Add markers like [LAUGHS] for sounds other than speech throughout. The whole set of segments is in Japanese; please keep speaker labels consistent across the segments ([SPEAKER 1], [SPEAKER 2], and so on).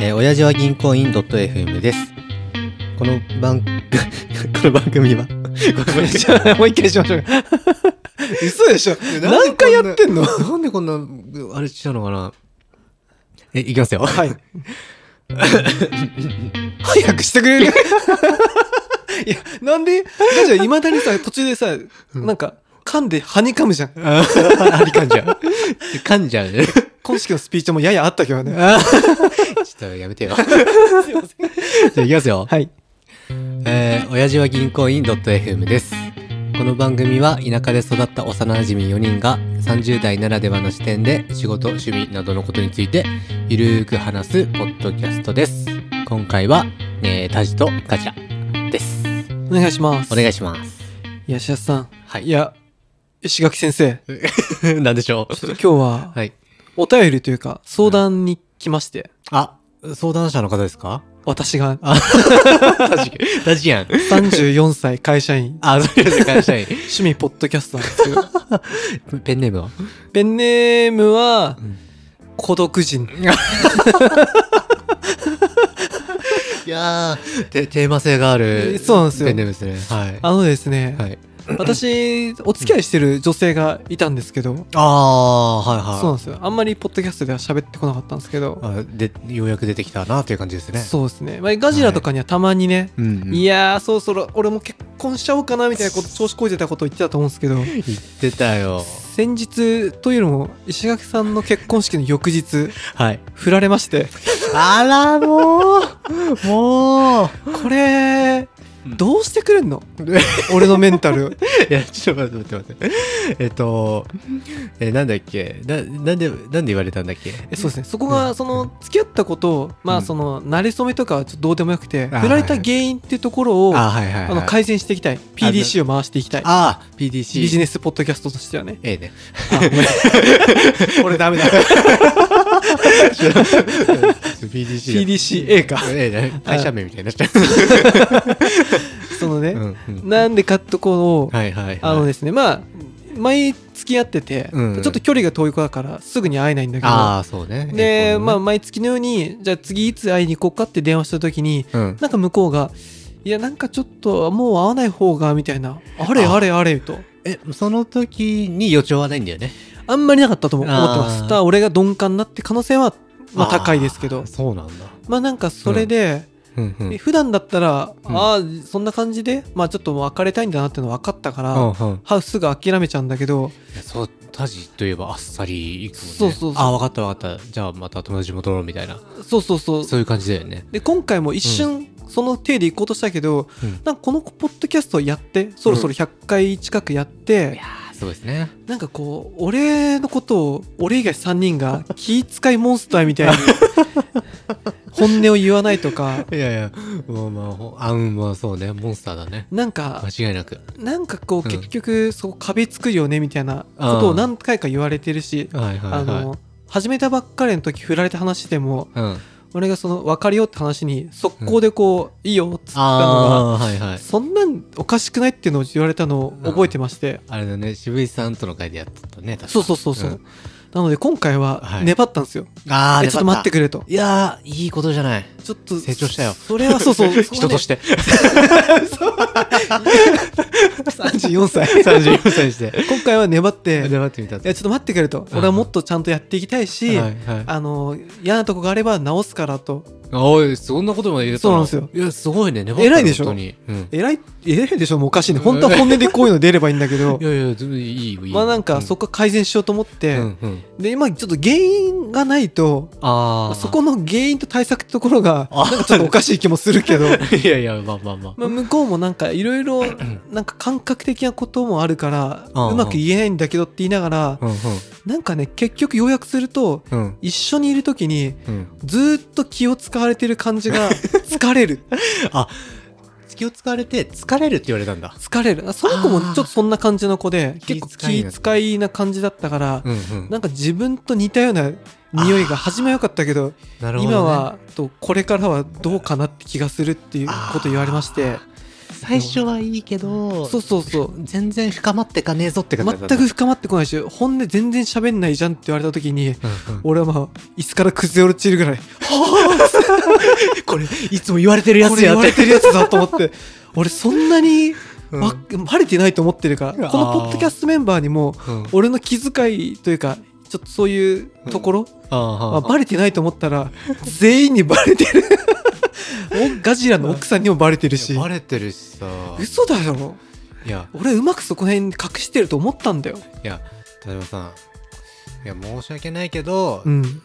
[SPEAKER 1] えー、親父は銀行員 .fm です。この番、 [LAUGHS] この番組は [LAUGHS] もう一回しましょうか。嘘で [LAUGHS] しょ何回やってんのなんでこんな、あれしたのかなえ、いきますよ。 [LAUGHS] はい。
[SPEAKER 2] 早くしてく [LAUGHS] れるいや、なんで、ラジオ未だにさ、途中でさ、なんか、噛んで、はにかむじゃん。
[SPEAKER 1] あり噛んじゃう。 [LAUGHS] 噛んじゃう [LAUGHS] ね。ちょ
[SPEAKER 2] 今式のスピーチもややあったけどね。
[SPEAKER 1] っとやめてよ。 [LAUGHS] じゃあいきますよ。
[SPEAKER 2] はい。
[SPEAKER 1] えー、親父は銀行員 .fm です。この番組は田舎で育った幼馴染4人が30代ならではの視点で仕事、趣味などのことについてゆるーく話すポッドキャストです。今回は、えー、タジとガチャです。
[SPEAKER 2] お願いします。
[SPEAKER 1] お願いします。
[SPEAKER 2] いや、しやすさん。
[SPEAKER 1] はい
[SPEAKER 2] いや、石垣先生。
[SPEAKER 1] [LAUGHS] なんでしょ
[SPEAKER 2] ちょっと今日は
[SPEAKER 1] う。、はい。
[SPEAKER 2] お便りというか、相談に来まして、
[SPEAKER 1] あ、相談者の方ですか [LAUGHS]
[SPEAKER 2] 私が
[SPEAKER 1] タ [LAUGHS] ジ、タジやん。
[SPEAKER 2] 34歳会社員、
[SPEAKER 1] あ、そうです会社員。
[SPEAKER 2] 趣味ポッドキャストなんですけど、
[SPEAKER 1] ペンネームは
[SPEAKER 2] ペンネームは
[SPEAKER 1] うん、
[SPEAKER 2] 孤独人。
[SPEAKER 1] いやー、テテーマ性があ
[SPEAKER 2] え
[SPEAKER 1] る。
[SPEAKER 2] そうなんですよ
[SPEAKER 1] ペンネームですね。はい。
[SPEAKER 2] あのですね、
[SPEAKER 1] はい。
[SPEAKER 2] 私、お付き合いしてる女性がいたんですけど、
[SPEAKER 1] あー、はいはい。
[SPEAKER 2] そうなんですよ。あんまりポッドキャストでは喋ってこなかったんですけど、
[SPEAKER 1] あでようやく出てきたなという感じですね。
[SPEAKER 2] そうですね。まあ、ガジラとかにはたまにね、
[SPEAKER 1] う。ん、
[SPEAKER 2] いやー、そろそろ俺も結婚しちゃおうかなみたいなこと、調子こいてたこと言ってたと思うんですけど、
[SPEAKER 1] 言ってたよ。
[SPEAKER 2] 先日というよりも、石垣さんの結婚式の翌日、
[SPEAKER 1] はい。
[SPEAKER 2] 振られまして、
[SPEAKER 1] あらもうも [LAUGHS] う
[SPEAKER 2] これ
[SPEAKER 1] うん、
[SPEAKER 2] どうしてくれんの俺のメンタル。
[SPEAKER 1] [LAUGHS] いや、ちょっと待って待って待って。えっと、え、なんだっけな、なんで、なんで言われたんだっけ
[SPEAKER 2] えそうですね。そこが、その、付き合ったことを、ま
[SPEAKER 1] う
[SPEAKER 2] あ、
[SPEAKER 1] ん
[SPEAKER 2] その、馴れ初めとかはちょっとどうでもよくて、
[SPEAKER 1] あー
[SPEAKER 2] 振られた原因っていうところを、
[SPEAKER 1] あ、
[SPEAKER 2] あ
[SPEAKER 1] はいはい、はい。
[SPEAKER 2] の、改善していきたい。PDC を回していきたい。
[SPEAKER 1] あ、PDC。
[SPEAKER 2] ビジ
[SPEAKER 1] ネ
[SPEAKER 2] ネスポッドキャストとしてはね。
[SPEAKER 1] ええね。 [LAUGHS]
[SPEAKER 2] 俺ダメだ。
[SPEAKER 1] PDC だ。
[SPEAKER 2] PDCA か。
[SPEAKER 1] ええね。会社名みたいになっちゃう。
[SPEAKER 2] そのね、
[SPEAKER 1] うんうん
[SPEAKER 2] なんでかってことを、
[SPEAKER 1] はいはい、はい。
[SPEAKER 2] あのですね、まあ、前付き合ってて、
[SPEAKER 1] うん
[SPEAKER 2] ちょっと距離が遠い子だから、すぐに会えないんだけど、
[SPEAKER 1] あー、そうね。
[SPEAKER 2] で、まあ、
[SPEAKER 1] ま
[SPEAKER 2] 毎月のように、じゃあ次いつ会いに行こうかって電話した時に、
[SPEAKER 1] あ、うん。
[SPEAKER 2] なんか向こうが、いや、なんかちょっと、もう会わない方が、みたいな、あれ
[SPEAKER 1] あ
[SPEAKER 2] あれあれと。
[SPEAKER 1] え、その時に予兆はないんだよね。
[SPEAKER 2] あんまりなかったと思思ってま
[SPEAKER 1] あー
[SPEAKER 2] す。ただ、俺が鈍感なって可能性は、まあ、高いですけど
[SPEAKER 1] ー、そうなんだ。
[SPEAKER 2] まあ、なんかそれで、
[SPEAKER 1] うんうん
[SPEAKER 2] え普段だったら、
[SPEAKER 1] うん
[SPEAKER 2] ああそんな感じで、まあ、ちょっともう別れたいんだなっていうの分かったから、
[SPEAKER 1] うんうん
[SPEAKER 2] ハウスが諦めちゃうんだけど
[SPEAKER 1] いやそうタジといえばあっさりいくもんね
[SPEAKER 2] そうそうそう
[SPEAKER 1] あ分かった分かったじゃあまた友達戻ろうみたいな
[SPEAKER 2] そうそうそう
[SPEAKER 1] そういう感じだよね
[SPEAKER 2] で今回も一瞬その体で行こうとしたけど、
[SPEAKER 1] うん
[SPEAKER 2] なんかこのポッドキャストをやってそろそろ100回近くやって、
[SPEAKER 1] あそうですね
[SPEAKER 2] なんかこう俺のことを俺以外3人が気遣いモンスターみたいに
[SPEAKER 1] [LAUGHS]
[SPEAKER 2] 本音を言わないとか
[SPEAKER 1] いやいやもうまあほあうんまあそうねモンスターだね
[SPEAKER 2] なんか
[SPEAKER 1] 間違いなく
[SPEAKER 2] なんかこ
[SPEAKER 1] う
[SPEAKER 2] う、
[SPEAKER 1] ん
[SPEAKER 2] 結局そう壁作るよねみたいなことを何回か言われてるし
[SPEAKER 1] はいは
[SPEAKER 2] あ
[SPEAKER 1] いは
[SPEAKER 2] の、始めたばっかりの時振られた話でも、
[SPEAKER 1] いうん
[SPEAKER 2] 俺がその、別れようって話に、速攻でこう、いいよっつったのが、
[SPEAKER 1] ああーはいはい
[SPEAKER 2] そんなんおかしくないっていうのを言われたのを覚えてまして、
[SPEAKER 1] あれだね渋井さんとの会でやっとったね確か
[SPEAKER 2] そうそうそうそう。
[SPEAKER 1] ん
[SPEAKER 2] なので今回は
[SPEAKER 1] はい
[SPEAKER 2] 粘ったんですよ。
[SPEAKER 1] ああ
[SPEAKER 2] えちょっと待ってくれと。
[SPEAKER 1] いやーいいことじゃない
[SPEAKER 2] ちょっと
[SPEAKER 1] 成長したよ
[SPEAKER 2] それはそ
[SPEAKER 1] [LAUGHS]
[SPEAKER 2] うそう。。
[SPEAKER 1] 人としてて
[SPEAKER 2] 34歳。
[SPEAKER 1] 34歳にして
[SPEAKER 2] 今回は粘って、 [LAUGHS]
[SPEAKER 1] [LAUGHS]
[SPEAKER 2] い
[SPEAKER 1] で待ってみた
[SPEAKER 2] やちょっと待ってくれと。俺はもっとちゃんとやっていきたいし、
[SPEAKER 1] はいはい
[SPEAKER 2] あの、嫌なとこがあれば直すからと。
[SPEAKER 1] あおいそんなことまで言えた
[SPEAKER 2] そうなんですよ
[SPEAKER 1] いやすごいね粘ったよ
[SPEAKER 2] 偉いでしょ
[SPEAKER 1] 本当に、うん
[SPEAKER 2] 偉い、偉いでしょもうおかしいね。本当は本音でこういうの出ればいいんだけど
[SPEAKER 1] [LAUGHS] い。やいや、ずいいよ、いいよ。
[SPEAKER 2] まあなんかそこは改善しようと思っ
[SPEAKER 1] う
[SPEAKER 2] て、
[SPEAKER 1] ん、うんうん
[SPEAKER 2] で今ちょっと原因がないと
[SPEAKER 1] ああ。
[SPEAKER 2] そこの原因と対策ってところが
[SPEAKER 1] あ
[SPEAKER 2] なんかちょっとおかしい気もするけど
[SPEAKER 1] [LAUGHS] いやいや、まあまあまあ。
[SPEAKER 2] [LAUGHS] まあ向こうもなんかいろい
[SPEAKER 1] [CLEARS THROAT]
[SPEAKER 2] ろなんか感覚的なこともあるから
[SPEAKER 1] うんうん
[SPEAKER 2] うまく言えないんだけどって言いながら
[SPEAKER 1] うん
[SPEAKER 2] なんかね結局要約すると
[SPEAKER 1] うん。うん
[SPEAKER 2] 一緒にいる時に
[SPEAKER 1] うん。
[SPEAKER 2] ずーっと気を使われてる感
[SPEAKER 1] [LAUGHS]
[SPEAKER 2] じが疲れる
[SPEAKER 1] 気を使われて、疲れるって言われたんだ。
[SPEAKER 2] 疲れるその子もちょっとそんな感じの子で
[SPEAKER 1] あー
[SPEAKER 2] 結構
[SPEAKER 1] [LAUGHS] 気遣い
[SPEAKER 2] 気
[SPEAKER 1] な
[SPEAKER 2] 遣いな感じだったから
[SPEAKER 1] うんうん。
[SPEAKER 2] なんか自分と似たような匂いが初めは良かったけど
[SPEAKER 1] なるほど、ね。
[SPEAKER 2] 今はとこれからはどうかなって気がするっていうこと言われまして
[SPEAKER 1] 最初はいいけど
[SPEAKER 2] そうそうそう
[SPEAKER 1] 全然深まってかねえぞって感じだった
[SPEAKER 2] 全く深まってこないし本音全然喋んないじゃんって言われた時に
[SPEAKER 1] うんうん
[SPEAKER 2] 俺はまあ椅子から崩れ落ちるぐ
[SPEAKER 1] [LAUGHS]
[SPEAKER 2] らい
[SPEAKER 1] これいつも言われてるや
[SPEAKER 2] こ
[SPEAKER 1] つ
[SPEAKER 2] れ
[SPEAKER 1] や
[SPEAKER 2] 言
[SPEAKER 1] って
[SPEAKER 2] われてるやつだと思って俺そんなに
[SPEAKER 1] うん
[SPEAKER 2] ばバレてないと思ってるからこのポッドキャストメンバーにも
[SPEAKER 1] うん
[SPEAKER 2] 俺の気遣いというかちょっとそういうところ、まあ、
[SPEAKER 1] あ
[SPEAKER 2] バレてないと思っ
[SPEAKER 1] [LAUGHS]
[SPEAKER 2] たら全員にバレてるおガジラの奥さんにもバレてるし
[SPEAKER 1] バレてるしさ
[SPEAKER 2] 嘘だよ
[SPEAKER 1] いや
[SPEAKER 2] 俺うまくそこら辺隠してると思ったんだよ
[SPEAKER 1] いや田島さんいや申し訳ないけど、
[SPEAKER 2] うん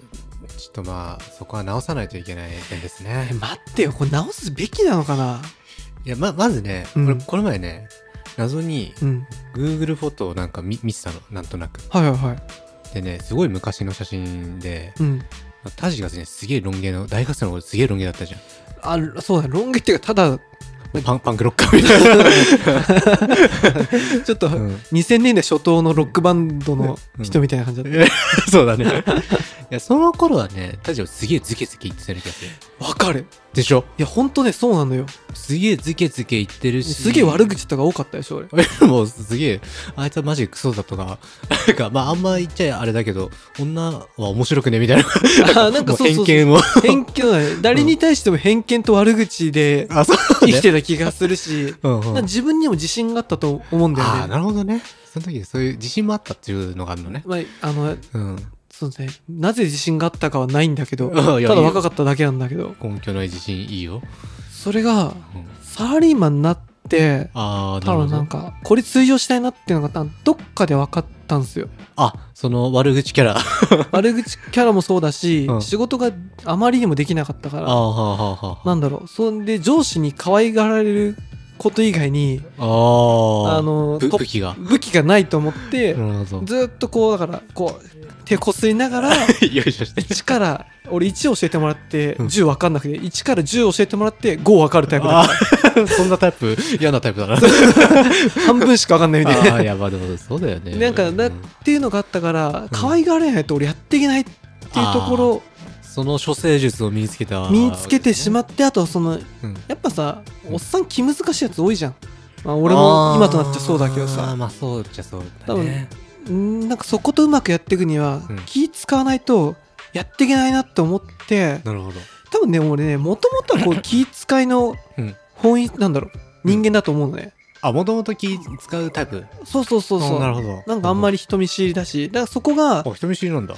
[SPEAKER 1] ちょっとまあそこは直さないといけない点です
[SPEAKER 2] え
[SPEAKER 1] ね
[SPEAKER 2] 待ってよこれ直すべきなのかない
[SPEAKER 1] やままずね、
[SPEAKER 2] うん
[SPEAKER 1] 俺この前ね謎に
[SPEAKER 2] うん
[SPEAKER 1] Google フォトをなんか見見てたのなんとなく
[SPEAKER 2] はいはいはい
[SPEAKER 1] でねすごい昔の写真で
[SPEAKER 2] うん
[SPEAKER 1] タジがねすげえロン毛の大学生の頃すげえロン毛だったじゃん
[SPEAKER 2] あそうだロン毛っていうかただ
[SPEAKER 1] パンパンクロッカーみたいな、
[SPEAKER 2] ちょっと、
[SPEAKER 1] うん
[SPEAKER 2] 2000年代初頭のロックバンドの人みたいな感じだっ
[SPEAKER 1] [LAUGHS] そうだねいやその頃はねタジはすげえズケズケ言ってたような気がする
[SPEAKER 2] たわ、かる
[SPEAKER 1] でしょ
[SPEAKER 2] いやほんとねそうなのよ
[SPEAKER 1] すげえズケズケ言ってるし
[SPEAKER 2] すげえ悪口とか多かったでしょ俺
[SPEAKER 1] もうすげえ、あいつはマジクソだとか、なんか、まああんま言っちゃあれだけど、女は面白くねみ [LAUGHS] たいな。
[SPEAKER 2] あなんかそうそうそう
[SPEAKER 1] も偏見を。
[SPEAKER 2] 偏見だね誰に対しても偏見と悪口で
[SPEAKER 1] [LAUGHS] あ、そう
[SPEAKER 2] 生きてた気がするし、
[SPEAKER 1] うんうん
[SPEAKER 2] なんか自分にも自信があったと思うんだ
[SPEAKER 1] あ
[SPEAKER 2] よ
[SPEAKER 1] あ、
[SPEAKER 2] ね
[SPEAKER 1] なるほどね。その時そういう自信もあったっていうのがあるのね。
[SPEAKER 2] まあ、あの
[SPEAKER 1] うん。
[SPEAKER 2] そうですねなぜ自信があったかはないんだけど
[SPEAKER 1] あいや
[SPEAKER 2] ただ
[SPEAKER 1] いいよ
[SPEAKER 2] 若かっただけなんだけど
[SPEAKER 1] 根拠ない自信いいよ。
[SPEAKER 2] それが
[SPEAKER 1] うん、
[SPEAKER 2] サラリーマンになって
[SPEAKER 1] ああ、
[SPEAKER 2] た
[SPEAKER 1] なる
[SPEAKER 2] だ
[SPEAKER 1] ほ
[SPEAKER 2] なん
[SPEAKER 1] ど。
[SPEAKER 2] かこれ通常したいなっていうのが多分どっかで分かったんで
[SPEAKER 1] [LAUGHS]
[SPEAKER 2] すよ
[SPEAKER 1] あ、その悪口キ
[SPEAKER 2] [LAUGHS]
[SPEAKER 1] ャラ。あ
[SPEAKER 2] 悪口キャラもそうだし、
[SPEAKER 1] うん
[SPEAKER 2] 仕事があまりにもできなかったか
[SPEAKER 1] あ、
[SPEAKER 2] ら、
[SPEAKER 1] はあ、はあ、はあ。
[SPEAKER 2] なんだろうそんで上司に可愛がられること以外に
[SPEAKER 1] ああ、
[SPEAKER 2] あの
[SPEAKER 1] ぶ
[SPEAKER 2] トッ
[SPEAKER 1] 武器が。
[SPEAKER 2] 武器がないと思って、
[SPEAKER 1] なるほど。
[SPEAKER 2] ずーっとこうだからこう手こすりながら
[SPEAKER 1] [LAUGHS] よいしょして。
[SPEAKER 2] 1から俺1教えてもらって
[SPEAKER 1] うん
[SPEAKER 2] 10分かんなくて1から10教えてもらって5分かるタイプ
[SPEAKER 1] あ
[SPEAKER 2] だ
[SPEAKER 1] ー [LAUGHS] そんなタイプ嫌なタイプだな。
[SPEAKER 2] 半分しか分かんないみたい
[SPEAKER 1] [LAUGHS] あ
[SPEAKER 2] な。
[SPEAKER 1] あ、いや、まあでもそうだよね。
[SPEAKER 2] なんかだ
[SPEAKER 1] う
[SPEAKER 2] っていうのがあったから可愛がられないと俺やっていけないっていうところを
[SPEAKER 1] その処世術を身につけた。
[SPEAKER 2] 身につけてしま
[SPEAKER 1] っ
[SPEAKER 2] ってあとその
[SPEAKER 1] た。うん
[SPEAKER 2] やっぱさおっさん気難しいやつ多いじゃん、まあ、俺も今となっちゃそうだけど
[SPEAKER 1] あー
[SPEAKER 2] さ
[SPEAKER 1] まあそうじゃそうだ
[SPEAKER 2] 多
[SPEAKER 1] ね
[SPEAKER 2] 分うんなんかそことうまくやっていくには
[SPEAKER 1] うん
[SPEAKER 2] 気使わないとやっていけないなって思って
[SPEAKER 1] なるほど
[SPEAKER 2] 多分ね俺ねもともとはこう気使いの
[SPEAKER 1] うん
[SPEAKER 2] 本意なんだろう人間だと思うのね、
[SPEAKER 1] あもともと気使うタイプ
[SPEAKER 2] そうそうそうそ
[SPEAKER 1] あ
[SPEAKER 2] う
[SPEAKER 1] なるほど
[SPEAKER 2] なんかあんま
[SPEAKER 1] り
[SPEAKER 2] り人見知りだしだからそこがちっ
[SPEAKER 1] 人見知りなんだ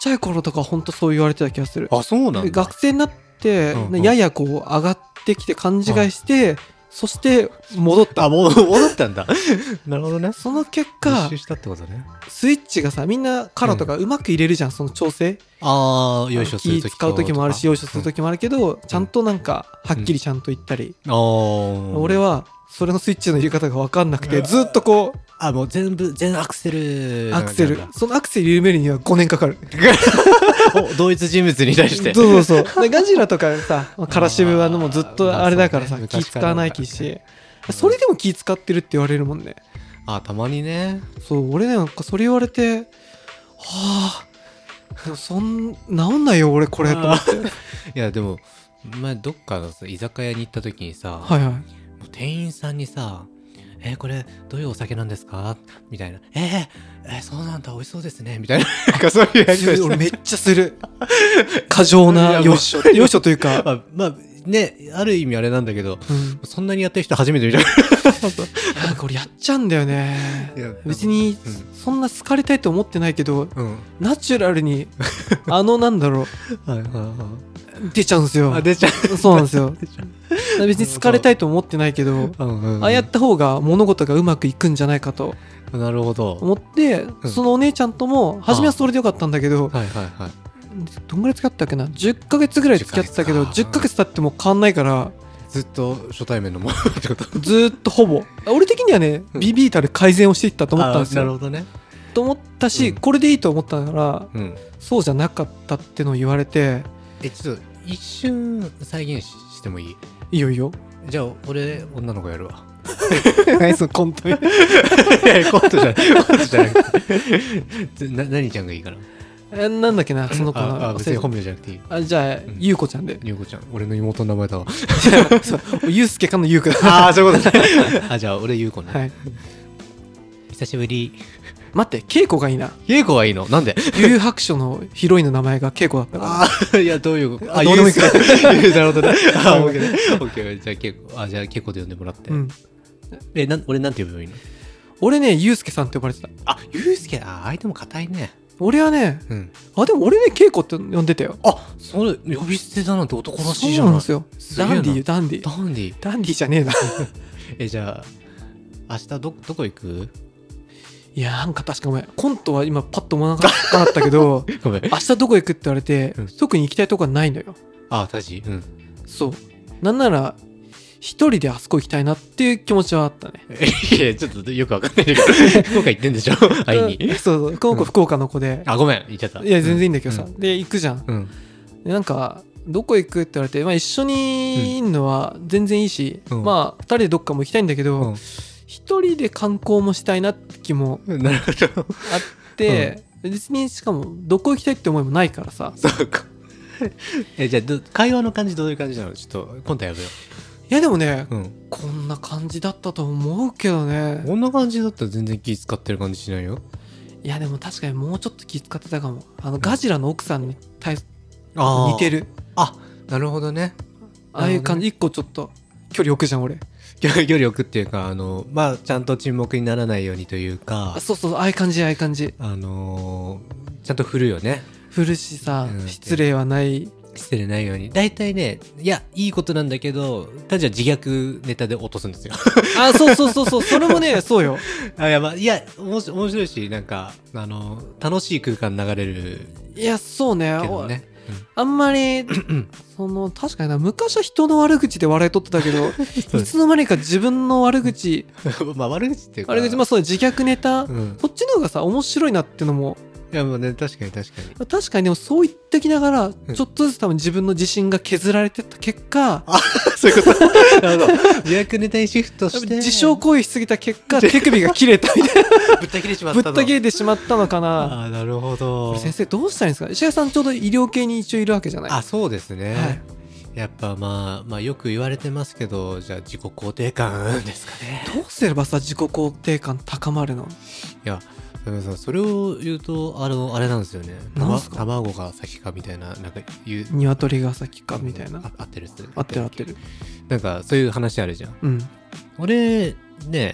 [SPEAKER 2] ちゃい頃とかほんとそう言われてた気がする
[SPEAKER 1] あそうなん
[SPEAKER 2] で
[SPEAKER 1] だ
[SPEAKER 2] 学生になって、
[SPEAKER 1] うんうん
[SPEAKER 2] ややこう上がってきて勘違いして、そして戻った
[SPEAKER 1] あもう戻った
[SPEAKER 2] [LAUGHS]
[SPEAKER 1] んだなるほどね
[SPEAKER 2] その結果
[SPEAKER 1] 一周したってことね
[SPEAKER 2] スイッチがさみんなカラーとかうまく入れるじゃん、その調整
[SPEAKER 1] ああよいしょする
[SPEAKER 2] 気
[SPEAKER 1] とき
[SPEAKER 2] 使う時もあるし
[SPEAKER 1] あ
[SPEAKER 2] よいしょする時もあるけど、ちゃんとなんかはっきりちゃんと言ったり、
[SPEAKER 1] あー
[SPEAKER 2] 俺はそれのスイッチの入れ方が分かんなくてずっとこう
[SPEAKER 1] あもう全部全アクセル
[SPEAKER 2] アクセル
[SPEAKER 1] なんだ
[SPEAKER 2] そのアクセル緩めるには5年かかる
[SPEAKER 1] お [LAUGHS] 同一人物に対して
[SPEAKER 2] そうそうそうでガジラとかさまあカラシブはもうずっ
[SPEAKER 1] あー
[SPEAKER 2] とあれだから
[SPEAKER 1] まあ
[SPEAKER 2] さ、
[SPEAKER 1] そうね
[SPEAKER 2] 気使わない
[SPEAKER 1] 昔から
[SPEAKER 2] しそれでも気使ってるって言われるもんね
[SPEAKER 1] あたまにね
[SPEAKER 2] そう俺ねなんかそれ言われてはあでもそん治んないよ俺これと思って
[SPEAKER 1] いやでも前どっかのさ居酒屋に行った時にさ
[SPEAKER 2] はいはい
[SPEAKER 1] もう店員さんにさ「えーこれどういうお酒なんですか?」みたいな「えーえーそうなんだ美味しそうですね」みたいな [LAUGHS] なんかそういうやり
[SPEAKER 2] す
[SPEAKER 1] 方し
[SPEAKER 2] る
[SPEAKER 1] て
[SPEAKER 2] 俺めっちゃする過剰なよいしょよいしょという
[SPEAKER 1] ま
[SPEAKER 2] か、
[SPEAKER 1] あ、まあねある意味あれなんだけど
[SPEAKER 2] うん、
[SPEAKER 1] そんなにやってる人初めて見た
[SPEAKER 2] なんか俺やっちゃうんだよね
[SPEAKER 1] いや
[SPEAKER 2] 別に
[SPEAKER 1] うん
[SPEAKER 2] そんな好かれたいと思ってないけど
[SPEAKER 1] うん
[SPEAKER 2] ナチュラルにあのなんだろ
[SPEAKER 1] はいはいは
[SPEAKER 2] う出ちゃうんですよ
[SPEAKER 1] いあ出ちゃ
[SPEAKER 2] そうなんですよ別に好かれたいと思ってないけど
[SPEAKER 1] う、うんうんうん
[SPEAKER 2] ああやった方が物事がうまくいくんじゃないかと
[SPEAKER 1] なるほど
[SPEAKER 2] 思って
[SPEAKER 1] うん
[SPEAKER 2] そのお姉ちゃんとも初めはそれでよかったんだけど
[SPEAKER 1] はいはいはい
[SPEAKER 2] どんぐらい付き合ったっけな10ヶ月ぐらい付き合ってたけど
[SPEAKER 1] 10
[SPEAKER 2] 10
[SPEAKER 1] ヶ
[SPEAKER 2] ヶ月経っても変わんないから
[SPEAKER 1] ずっと初対面のものってこと
[SPEAKER 2] ずーっとほぼ俺的にはね
[SPEAKER 1] うん
[SPEAKER 2] ビビーたる改善をしていったと思ったんです
[SPEAKER 1] あーな
[SPEAKER 2] よ
[SPEAKER 1] るほどね
[SPEAKER 2] と思ったし、
[SPEAKER 1] うん
[SPEAKER 2] これでいいと思ったから
[SPEAKER 1] うん
[SPEAKER 2] そうじゃなかったってのを言われて
[SPEAKER 1] えちょっと一瞬再現ししてもいい
[SPEAKER 2] いいよいい [LAUGHS] よ
[SPEAKER 1] じゃあ俺女の子やる [LAUGHS] わ
[SPEAKER 2] 何そのコントみたいない
[SPEAKER 1] [LAUGHS] やいやコントじゃないコントじゃなくてな何ちゃんがいいかな
[SPEAKER 2] えなんだっけなその子の
[SPEAKER 1] ああ別に
[SPEAKER 2] 忘
[SPEAKER 1] 本
[SPEAKER 2] れ
[SPEAKER 1] 名じゃなくていい
[SPEAKER 2] たあじゃあ、
[SPEAKER 1] ん
[SPEAKER 2] ゆうこちゃんで
[SPEAKER 1] ゆうこちゃん俺の妹の名前だわ
[SPEAKER 2] そうゆうすけかのゆうこだ
[SPEAKER 1] [LAUGHS] ああそういうことね [LAUGHS] あじゃあ俺ゆうこね、
[SPEAKER 2] はい
[SPEAKER 1] 久しぶり
[SPEAKER 2] 待って稽古がいいな
[SPEAKER 1] ゆうこはいいのなんで
[SPEAKER 2] 幽白書のヒロインの名前が稽古だったか
[SPEAKER 1] [LAUGHS] ああいやどういうこと
[SPEAKER 2] どうでもいいか
[SPEAKER 1] ゆう [LAUGHS] なるほどねあーオッケーねオッケーじゃあ結構あじゃあ結構で呼んでもらって、
[SPEAKER 2] ら、うん、
[SPEAKER 1] えなん俺なんて呼べばいいの
[SPEAKER 2] 俺ねゆうすけさんって呼ばれてた
[SPEAKER 1] あゆうすけあ相手も硬いね
[SPEAKER 2] 俺はね
[SPEAKER 1] うん
[SPEAKER 2] あでも俺ね稽古って呼んでたよ
[SPEAKER 1] あそれ呼び捨てだなんて男らしいじゃ
[SPEAKER 2] そ
[SPEAKER 1] な
[SPEAKER 2] うないんですよ
[SPEAKER 1] すげえ
[SPEAKER 2] ダ
[SPEAKER 1] な
[SPEAKER 2] ンディよダンディ
[SPEAKER 1] ダンディ
[SPEAKER 2] ダンディじゃね
[SPEAKER 1] [LAUGHS]
[SPEAKER 2] えな
[SPEAKER 1] えじゃあ明日どどこ行く
[SPEAKER 2] いやなんか確かごめんコントは今パッと思わなかった
[SPEAKER 1] [LAUGHS]
[SPEAKER 2] けど
[SPEAKER 1] ごめん
[SPEAKER 2] 明日どこ行くって言われて、
[SPEAKER 1] うん
[SPEAKER 2] 特に行きたいとこはないのよ
[SPEAKER 1] あ確かにうん
[SPEAKER 2] そうなんなら一人であそこ行きたいなっていう気持ちはあったね
[SPEAKER 1] いやちょっとよくわかん [LAUGHS] ないけど福岡行ってんでしょ会いに
[SPEAKER 2] そうそう今
[SPEAKER 1] うん
[SPEAKER 2] 後福岡の子で、
[SPEAKER 1] あごめん言っちゃった
[SPEAKER 2] いや全然いいんだけどさ、
[SPEAKER 1] う
[SPEAKER 2] で行くじゃん
[SPEAKER 1] うん、うん
[SPEAKER 2] でなんかどこ行くって言われて、まあ、一緒にいんのは全然いいし、
[SPEAKER 1] うん
[SPEAKER 2] まあ二人でどっかも行きたいんだけ
[SPEAKER 1] う
[SPEAKER 2] ど
[SPEAKER 1] ん
[SPEAKER 2] 一、人で観光もしたいなって気も
[SPEAKER 1] なるほど。 [LAUGHS]
[SPEAKER 2] あって、別にしかもどこ行きたいって思いもないからさ
[SPEAKER 1] そうか。え、じゃあど、会話の感じどういう感じなのちょっと、今度やめよ
[SPEAKER 2] いやでもね、
[SPEAKER 1] う。うん。
[SPEAKER 2] こんな感じだったと思うけどね
[SPEAKER 1] こんな感じだったら全然気使ってる感じしないよ。
[SPEAKER 2] いやでも確かにもうちょっと気使ってたかもあのガジラの奥さんに対す
[SPEAKER 1] 似
[SPEAKER 2] 似
[SPEAKER 1] て
[SPEAKER 2] て
[SPEAKER 1] る。
[SPEAKER 2] る
[SPEAKER 1] あ、なるほどね。
[SPEAKER 2] ああいう感じ一個ちょっと距離置くじゃん俺
[SPEAKER 1] より置くっていうか、あの、まあ、ちゃんと沈黙にならないようにというか
[SPEAKER 2] あ、そうそうああいう感じああいう感じ
[SPEAKER 1] あのーちゃんと振るよね。
[SPEAKER 2] 振るしさ、
[SPEAKER 1] うん
[SPEAKER 2] 失礼はない
[SPEAKER 1] 失礼ないように。大体ね、いや、いいことなんだけど、たじは自虐ネタで落とすんですよ。
[SPEAKER 2] あそうそうそうそうそれもねそうよ
[SPEAKER 1] [LAUGHS] あいや、まあ、いや、おもし面白いし、なんか、あの、楽しい空間流れる
[SPEAKER 2] いやそうね
[SPEAKER 1] けどね。
[SPEAKER 2] あんま
[SPEAKER 1] [CLEARS THROAT]
[SPEAKER 2] りその確かにな昔は人の悪口で笑い取ってたけ
[SPEAKER 1] [LAUGHS]
[SPEAKER 2] ど
[SPEAKER 1] うん
[SPEAKER 2] いつの間にか自分の悪口
[SPEAKER 1] [LAUGHS] まあ悪口っていうか。
[SPEAKER 2] 悪口まあそう自虐ネタ、
[SPEAKER 1] うん。
[SPEAKER 2] そっちの方がさ面白いなってのも
[SPEAKER 1] いや、もうね、確かに確かに。
[SPEAKER 2] 確かにでもそう言ってきながら
[SPEAKER 1] ん
[SPEAKER 2] ちょっとずつ多分自分の自信が削られてった結果
[SPEAKER 1] [LAUGHS] そういう [LAUGHS] こと。なるほど。自虐ネタにシフトして。
[SPEAKER 2] 自傷行為しすぎた結果手首が切れたみ
[SPEAKER 1] [LAUGHS]
[SPEAKER 2] たい
[SPEAKER 1] ぶった切れしま
[SPEAKER 2] な
[SPEAKER 1] った
[SPEAKER 2] ぶっ
[SPEAKER 1] と
[SPEAKER 2] た切れてしまったのかな
[SPEAKER 1] ああ、なるほど。
[SPEAKER 2] 先生どうしたらいいんですか石川さんちょうど医療系に一応いるわけじゃない
[SPEAKER 1] あ、そうですね。
[SPEAKER 2] はい
[SPEAKER 1] やっぱまあ、まあよく言われてますけど、じゃあ自己肯定感ですかね。
[SPEAKER 2] どうすればさ自己肯定感高まるの
[SPEAKER 1] いや、でもさ、それを言うと、あの、あれなんですよね。
[SPEAKER 2] なんすか
[SPEAKER 1] たま卵が先かみたいな、なんか言う。
[SPEAKER 2] 鶏が先かみたいな
[SPEAKER 1] あ合ってるっす
[SPEAKER 2] 合ってる合ってる
[SPEAKER 1] なんかそういう話あるじゃん。
[SPEAKER 2] うん
[SPEAKER 1] 俺ね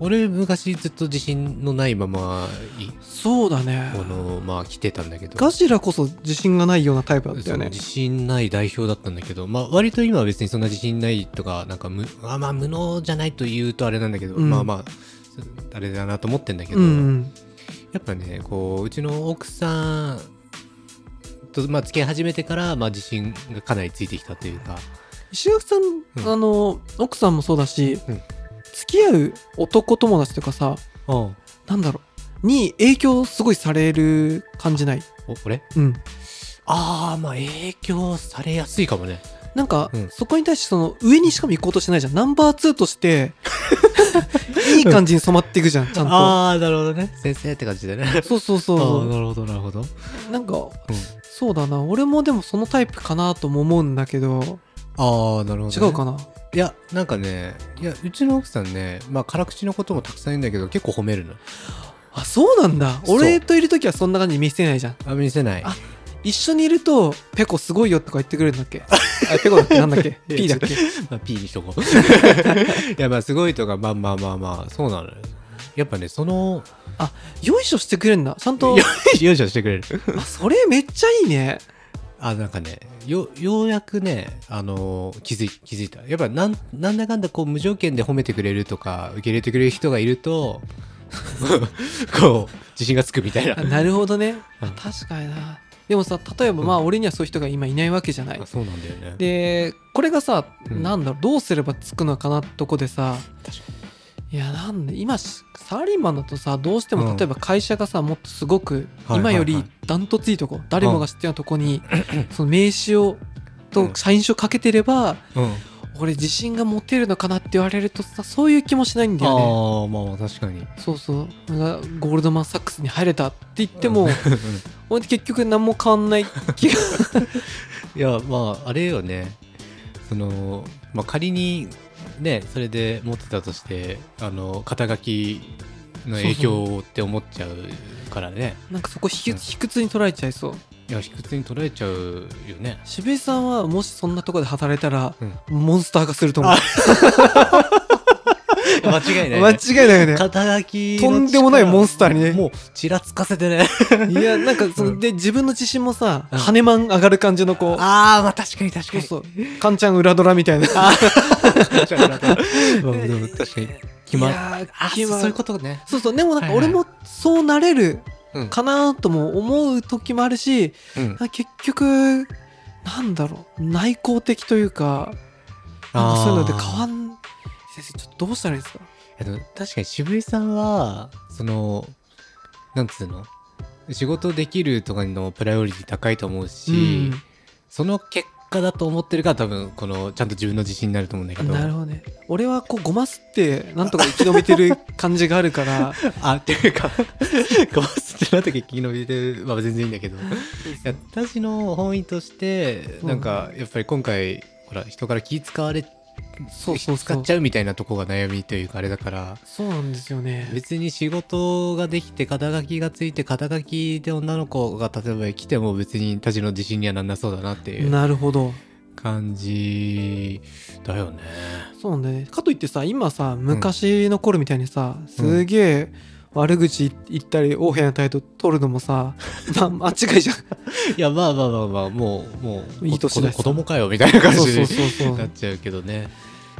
[SPEAKER 1] 俺昔ずっと自信のないままい
[SPEAKER 2] そうだね
[SPEAKER 1] このまあ来てたんだけど
[SPEAKER 2] ガジラこそ自信がないようなタイプだった
[SPEAKER 1] そ
[SPEAKER 2] よ
[SPEAKER 1] う
[SPEAKER 2] ね
[SPEAKER 1] 自信ない代表だったんだけど、まあ、割と今は別にそんな自信ないとかなんか無あまあ無能じゃないと言うとあれなんだけど、
[SPEAKER 2] うん
[SPEAKER 1] まあまあそあれだなと思ってんだけど、
[SPEAKER 2] うんうん
[SPEAKER 1] やっぱねこううちの奥さんと、まあ、付き合い始めてから、まあ、自信がかなりついてきたというか
[SPEAKER 2] 石垣さん、
[SPEAKER 1] うん
[SPEAKER 2] あの奥さんもそうだし、
[SPEAKER 1] うん
[SPEAKER 2] 付き合う男友達とかさ
[SPEAKER 1] お
[SPEAKER 2] なんだろうに影響すごいされる感じない
[SPEAKER 1] 俺
[SPEAKER 2] うん
[SPEAKER 1] ああまあ影響されやすいかもね
[SPEAKER 2] なんか、
[SPEAKER 1] うん
[SPEAKER 2] そこに対してその上にしかも行こうとしてないじゃんナンバー2として
[SPEAKER 1] [LAUGHS]
[SPEAKER 2] いい感じに染まっていくじゃんちゃんと
[SPEAKER 1] ああなるほどね先生って感じで [LAUGHS] ね
[SPEAKER 2] そうそうそう
[SPEAKER 1] ああ
[SPEAKER 2] そ
[SPEAKER 1] なるほどなるほど、
[SPEAKER 2] うなんかそうだな俺もでもそのタイプかなとも思うんだけど
[SPEAKER 1] ああなるほどね、
[SPEAKER 2] 違うかない
[SPEAKER 1] やなんかねいやうちの奥さんねまあ辛口のこともたくさん言うんだけど結構褒めるの
[SPEAKER 2] あそうなんだ
[SPEAKER 1] そう
[SPEAKER 2] 俺といる時はそんな感じに見せないじゃん
[SPEAKER 1] あ見せない
[SPEAKER 2] あ一緒にいるとペコすごいよとか言ってくれるんだっ
[SPEAKER 1] [LAUGHS]
[SPEAKER 2] けあペコだっけなんだっけ P だっけ
[SPEAKER 1] まあ P にしとこういやまあす [LAUGHS] ごいとかまあまあまあまあそうなのよやっぱねその
[SPEAKER 2] よいしょしてくれんだちゃんと
[SPEAKER 1] よ容赦してくれる
[SPEAKER 2] あそれめっちゃいいね
[SPEAKER 1] あなんかねよようやくねあのー気づい気づいたやっぱなんなんだかんだこう無条件で褒めてくれるとか受け入れてくれる人がいる [LAUGHS] とこう自信がつくみたいな
[SPEAKER 2] あなるほどね
[SPEAKER 1] うん
[SPEAKER 2] あ確かになでもさ例えばまあ俺にはそういう人が今いないわけじゃない
[SPEAKER 1] あそうなんだよね
[SPEAKER 2] でこれがさ、
[SPEAKER 1] うん
[SPEAKER 2] なんだろうどうすればつくのかなとこでさ
[SPEAKER 1] 確か
[SPEAKER 2] いやなんで今しサラリーマンだとさどうして
[SPEAKER 1] う
[SPEAKER 2] も
[SPEAKER 1] ん
[SPEAKER 2] 例えば会社がさもっとすごく
[SPEAKER 1] はい
[SPEAKER 2] 今よ
[SPEAKER 1] は
[SPEAKER 2] り
[SPEAKER 1] いは
[SPEAKER 2] ダントツいいとこ誰もが知ってるようなとこにその名刺をと社員証かけてれば
[SPEAKER 1] うん
[SPEAKER 2] 俺自信が持てるのかなって言われるとさそういう気もしないんだ
[SPEAKER 1] あ
[SPEAKER 2] よね
[SPEAKER 1] あまあまあ確かに
[SPEAKER 2] そうそうなんかゴールドマン・サックスに入れたって言っても、
[SPEAKER 1] うん
[SPEAKER 2] 俺って結局何も変わんない気が
[SPEAKER 1] [LAUGHS]
[SPEAKER 2] [LAUGHS]
[SPEAKER 1] いやまああれよねその、まあ、仮にねそれで持ってたとしてあの肩書きの影響って思っちゃうからね
[SPEAKER 2] なんかそこ卑屈卑屈に捉えちゃいそう
[SPEAKER 1] いや卑屈に捉えちゃうよね
[SPEAKER 2] 渋井さんはもしそんなとこで働いたら、
[SPEAKER 1] うん
[SPEAKER 2] モンスター化すると思う
[SPEAKER 1] [LAUGHS] 間違いない、
[SPEAKER 2] 間
[SPEAKER 1] ね、
[SPEAKER 2] 違いないよね
[SPEAKER 1] 肩書き
[SPEAKER 2] とんでもないモン
[SPEAKER 1] ス
[SPEAKER 2] スターにね
[SPEAKER 1] もうちらつかせて [LAUGHS] ね
[SPEAKER 2] [LAUGHS] いやなんかその、
[SPEAKER 1] うん
[SPEAKER 2] で自分の自信もさ、
[SPEAKER 1] うん
[SPEAKER 2] 羽まん上がる感じのこう
[SPEAKER 1] ああまあ確かに確
[SPEAKER 2] そうそうカンちゃん裏ドラみたいな
[SPEAKER 1] 確かに確かにまあでも確か [LAUGHS] に決ま
[SPEAKER 2] いやー
[SPEAKER 1] あ
[SPEAKER 2] 決ま
[SPEAKER 1] そういうことね
[SPEAKER 2] そうそうでもなんか
[SPEAKER 1] はいは
[SPEAKER 2] 俺
[SPEAKER 1] い
[SPEAKER 2] もそうなれる
[SPEAKER 1] うん
[SPEAKER 2] かなとも思う時もあるし、
[SPEAKER 1] うん
[SPEAKER 2] あ結局なんだろう内向的というかなんかそういうので変わん先生ちょっとどうしたらいいですか
[SPEAKER 1] あの確かに渋井さんはそのなんつうの仕事できるとかのプライオリティ高いと思うし、その結果だと思ってるから多分このちゃんと自分の自信になると思うんだけ
[SPEAKER 2] うん、
[SPEAKER 1] ど
[SPEAKER 2] なるほどね俺はこうごますってなんとか生き延びてる感じがあるから
[SPEAKER 1] [LAUGHS] あっていうかごまつってなった時聞き伸びてまあ全然いいんだけどいや私の本意としてなんかやっぱり今回ほら人から気使われ
[SPEAKER 2] そうそう
[SPEAKER 1] 使
[SPEAKER 2] そ
[SPEAKER 1] っ
[SPEAKER 2] う
[SPEAKER 1] ちゃうみたいなとこが悩みというかあれだから
[SPEAKER 2] そうなんですよね
[SPEAKER 1] 別に仕事ができて肩書きがついて肩書きで女の子が例えば来ても別にたちの自信にはなんなそうだなっていう
[SPEAKER 2] なるほど
[SPEAKER 1] 感じだよね。
[SPEAKER 2] そうなんだねかといってさ今さ昔の頃みたいにさ、すげえ悪口言ったり横柄な態度取るの
[SPEAKER 1] [LAUGHS]
[SPEAKER 2] もさ、まあ、間違いじゃん
[SPEAKER 1] いやまあまあまあまあもうもう
[SPEAKER 2] いい年だしさ
[SPEAKER 1] 子供かよみたいな感
[SPEAKER 2] そう
[SPEAKER 1] じ
[SPEAKER 2] そう
[SPEAKER 1] に
[SPEAKER 2] そうそう
[SPEAKER 1] なっちゃうけどね。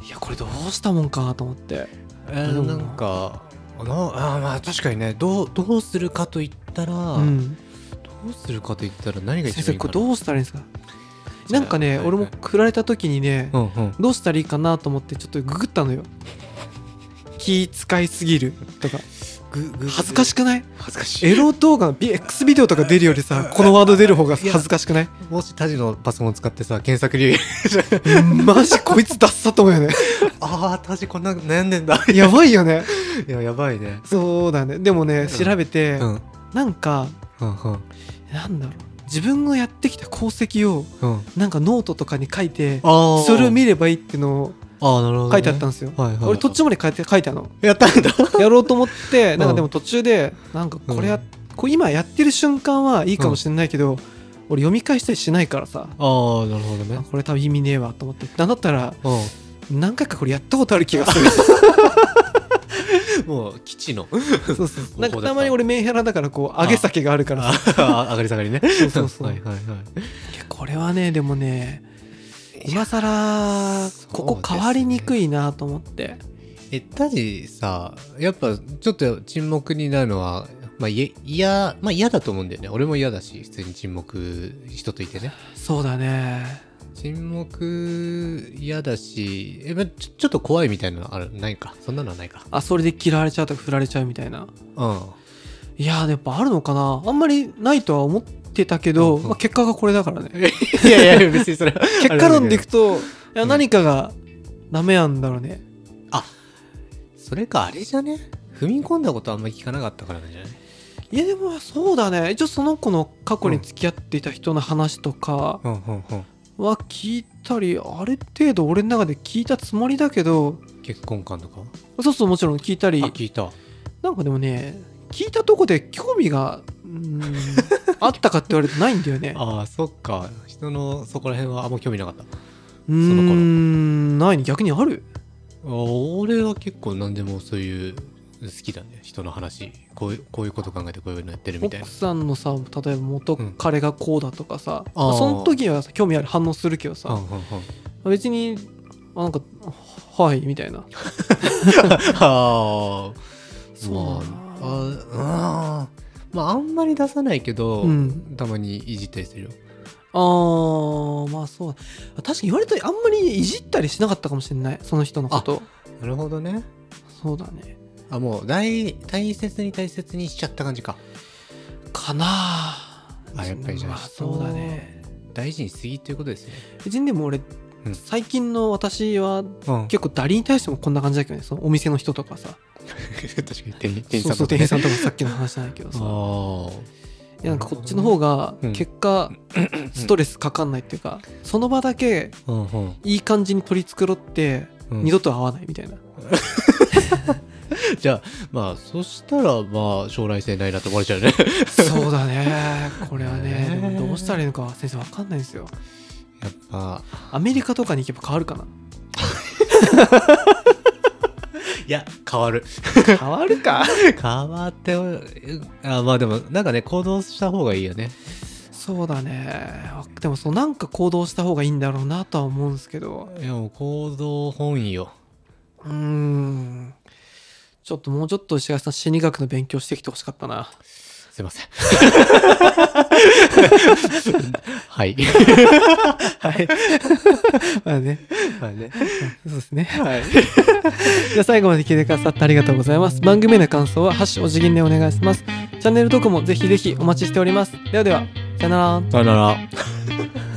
[SPEAKER 2] いやこれどうしたもんかなと思って
[SPEAKER 1] えー
[SPEAKER 2] うん
[SPEAKER 1] なんかあのあーまあ確かにねどうどうするかと言ったら、
[SPEAKER 2] うん
[SPEAKER 1] どうするかと言ったら何が一番
[SPEAKER 2] 先
[SPEAKER 1] い
[SPEAKER 2] 生
[SPEAKER 1] いか
[SPEAKER 2] こ
[SPEAKER 1] な
[SPEAKER 2] れどうしたらいいんですかなんかね
[SPEAKER 1] はい
[SPEAKER 2] 俺も振られた時にね、
[SPEAKER 1] うんうん
[SPEAKER 2] どうしたらいいかなと思ってちょっとググったのよ
[SPEAKER 1] [LAUGHS]
[SPEAKER 2] 気使いすぎるとか
[SPEAKER 1] ぐぐ
[SPEAKER 2] 恥ずかしくない
[SPEAKER 1] 恥ずかしい
[SPEAKER 2] エロ動画の X ビデオとか出るよ
[SPEAKER 1] [LAUGHS]
[SPEAKER 2] りさこのワード出る方が恥ずかしくない
[SPEAKER 1] もしタジのパソコン使ってさ検索履歴
[SPEAKER 2] マジこいつダッサと思うよ
[SPEAKER 1] [LAUGHS]
[SPEAKER 2] ね
[SPEAKER 1] ああタジこんな悩んでんだ
[SPEAKER 2] やばいよね
[SPEAKER 1] [LAUGHS] いややばいね
[SPEAKER 2] そうだねでもね
[SPEAKER 1] うん
[SPEAKER 2] 調べて、
[SPEAKER 1] うんうん
[SPEAKER 2] なんか
[SPEAKER 1] うん
[SPEAKER 2] なんだろう自分のやってきた功績を
[SPEAKER 1] うん
[SPEAKER 2] なんかノートとかに書いて
[SPEAKER 1] あ
[SPEAKER 2] それを見
[SPEAKER 1] る
[SPEAKER 2] ればいいっていうのを
[SPEAKER 1] ああなるほど、ね、
[SPEAKER 2] 書いてあったんですよ、
[SPEAKER 1] はいはいはい
[SPEAKER 2] 俺途中まで書いて書いてあるの
[SPEAKER 1] やったん [LAUGHS] だ
[SPEAKER 2] やろうと思ってな
[SPEAKER 1] う
[SPEAKER 2] んか
[SPEAKER 1] ん
[SPEAKER 2] でも途中でなんかこれや、
[SPEAKER 1] うん
[SPEAKER 2] こう今やってる瞬間はいいかもしれないけど、俺読み返したりしないからさ
[SPEAKER 1] ああなるほど
[SPEAKER 2] あ
[SPEAKER 1] ね
[SPEAKER 2] これ多分意味ねえわと思ってなんだった
[SPEAKER 1] う
[SPEAKER 2] ら何回かこれやったことある気がする
[SPEAKER 1] ん、もう基地の
[SPEAKER 2] そうそうなんかたまに俺メンヘラだからこう上げ下げがあるからさ
[SPEAKER 1] [LAUGHS] あ上がり下がりね
[SPEAKER 2] そうそうそう
[SPEAKER 1] はいはいはい
[SPEAKER 2] いやこれはねでもね今更ここ変わりにくいなと思って
[SPEAKER 1] えタジさやっぱちょっと沈黙になるのはまあいえ嫌まあ嫌だと思うんだよね俺も嫌だし普通に沈黙人といてね
[SPEAKER 2] そうだね
[SPEAKER 1] 沈黙嫌だしえ、まちょちょっと怖いみたいなのあるないかそんなのはないか
[SPEAKER 2] あそれで嫌われちゃうとか振られちゃうみたいな
[SPEAKER 1] うん
[SPEAKER 2] いやーやっぱあるのかなあんまりないとは思ってたけど、
[SPEAKER 1] うんうん
[SPEAKER 2] まあ、結果がこれだからね
[SPEAKER 1] いやい [LAUGHS] や別にそれ結
[SPEAKER 2] 結果論でいく
[SPEAKER 1] と
[SPEAKER 2] といや
[SPEAKER 1] うん
[SPEAKER 2] 何かがダメなんだろうね、
[SPEAKER 1] それかあれじゃね踏み込んだことあんまり聞かなかったからなんじゃない
[SPEAKER 2] いやでもそうだね一応その子の過去に付き合っていた人の話とか
[SPEAKER 1] うんうん
[SPEAKER 2] は聞いたりある程度俺の中で聞いたつもりだけど
[SPEAKER 1] うん結婚観とか
[SPEAKER 2] そうそうもちろん聞いたり
[SPEAKER 1] あ聞いた
[SPEAKER 2] なんかでもね聞いたとこで興味がう
[SPEAKER 1] [LAUGHS]
[SPEAKER 2] ーんあったかって言われてないんだよね
[SPEAKER 1] ああそっか人のそこら辺はあんま興味なかった
[SPEAKER 2] うーんないね逆にある
[SPEAKER 1] あ俺は結構何でもそういう好きだね人の話こういうこういうこと考えてこういうのやってるみたいな
[SPEAKER 2] 奥さんのさ例えば元彼がこうだとかさ、
[SPEAKER 1] あー
[SPEAKER 2] まあその時はさ興味ある反応するけ
[SPEAKER 1] う
[SPEAKER 2] ど
[SPEAKER 1] んうん
[SPEAKER 2] さ、
[SPEAKER 1] うん
[SPEAKER 2] 別にあなんか「はい」みたいな
[SPEAKER 1] ああ
[SPEAKER 2] そう
[SPEAKER 1] ま
[SPEAKER 2] だな
[SPEAKER 1] ああーまああんまり出さないけど、
[SPEAKER 2] うん
[SPEAKER 1] たまにいじったりするよ
[SPEAKER 2] あーまあそう確かに言われたりあんまりいじったりしなかったかもしれないその人のこと
[SPEAKER 1] なるほどね
[SPEAKER 2] そうだね
[SPEAKER 1] あもう大大切に大切にしちゃった感じか
[SPEAKER 2] かなあ
[SPEAKER 1] あやっぱりじゃあ
[SPEAKER 2] まあそうだね
[SPEAKER 1] 大事にしすぎということですね
[SPEAKER 2] 別にでも俺
[SPEAKER 1] うん
[SPEAKER 2] 最近の私は
[SPEAKER 1] うん、
[SPEAKER 2] 結構誰に対してもこんな感じだけどねそのお店の人とかさ
[SPEAKER 1] [LAUGHS] 確かに店員店員
[SPEAKER 2] そ
[SPEAKER 1] さ
[SPEAKER 2] うんそう
[SPEAKER 1] とか
[SPEAKER 2] 店
[SPEAKER 1] ね
[SPEAKER 2] 員さんとかさっきの話じゃないけど
[SPEAKER 1] [LAUGHS] あ
[SPEAKER 2] さ
[SPEAKER 1] ー
[SPEAKER 2] いやなんかこっちの方が
[SPEAKER 1] うん
[SPEAKER 2] 結果ストレスかかんないっていうかその場だけ
[SPEAKER 1] うんうん
[SPEAKER 2] いい感じに取り繕って
[SPEAKER 1] うん
[SPEAKER 2] 二度と会わないみたいな
[SPEAKER 1] じゃあまあそしたらまあ将来性ないなって思われちゃうね
[SPEAKER 2] そうだね [LAUGHS] これはね
[SPEAKER 1] ね
[SPEAKER 2] でもどうしたらいいのか先生わかんないんですよ
[SPEAKER 1] やっぱ
[SPEAKER 2] アメリカとかに行けば変わるかない
[SPEAKER 1] や変わ [LAUGHS] る
[SPEAKER 2] 変わるか
[SPEAKER 1] 変わってあまあでもなんかね行動した方がいいよね
[SPEAKER 2] そうだねでもそうなんか行動した方がいいんだろうなとは思うんですけど
[SPEAKER 1] いやもう行動本位よ
[SPEAKER 2] うーんちょっともうちょっと石川さん心理学の勉強してきてほしかったな
[SPEAKER 1] すいませ [LAUGHS] んはい
[SPEAKER 2] はい。 [LAUGHS] まあね。
[SPEAKER 1] まあね
[SPEAKER 2] そうですね。 [LAUGHS]
[SPEAKER 1] はい
[SPEAKER 2] じゃあ最後まで聞いてくださってありがとうございます。番組への感想は、ハッシュお辞儀でお願いします。チャンネル登録もぜひぜひお待ちしております。ではでは、さよなら。
[SPEAKER 1] さよなら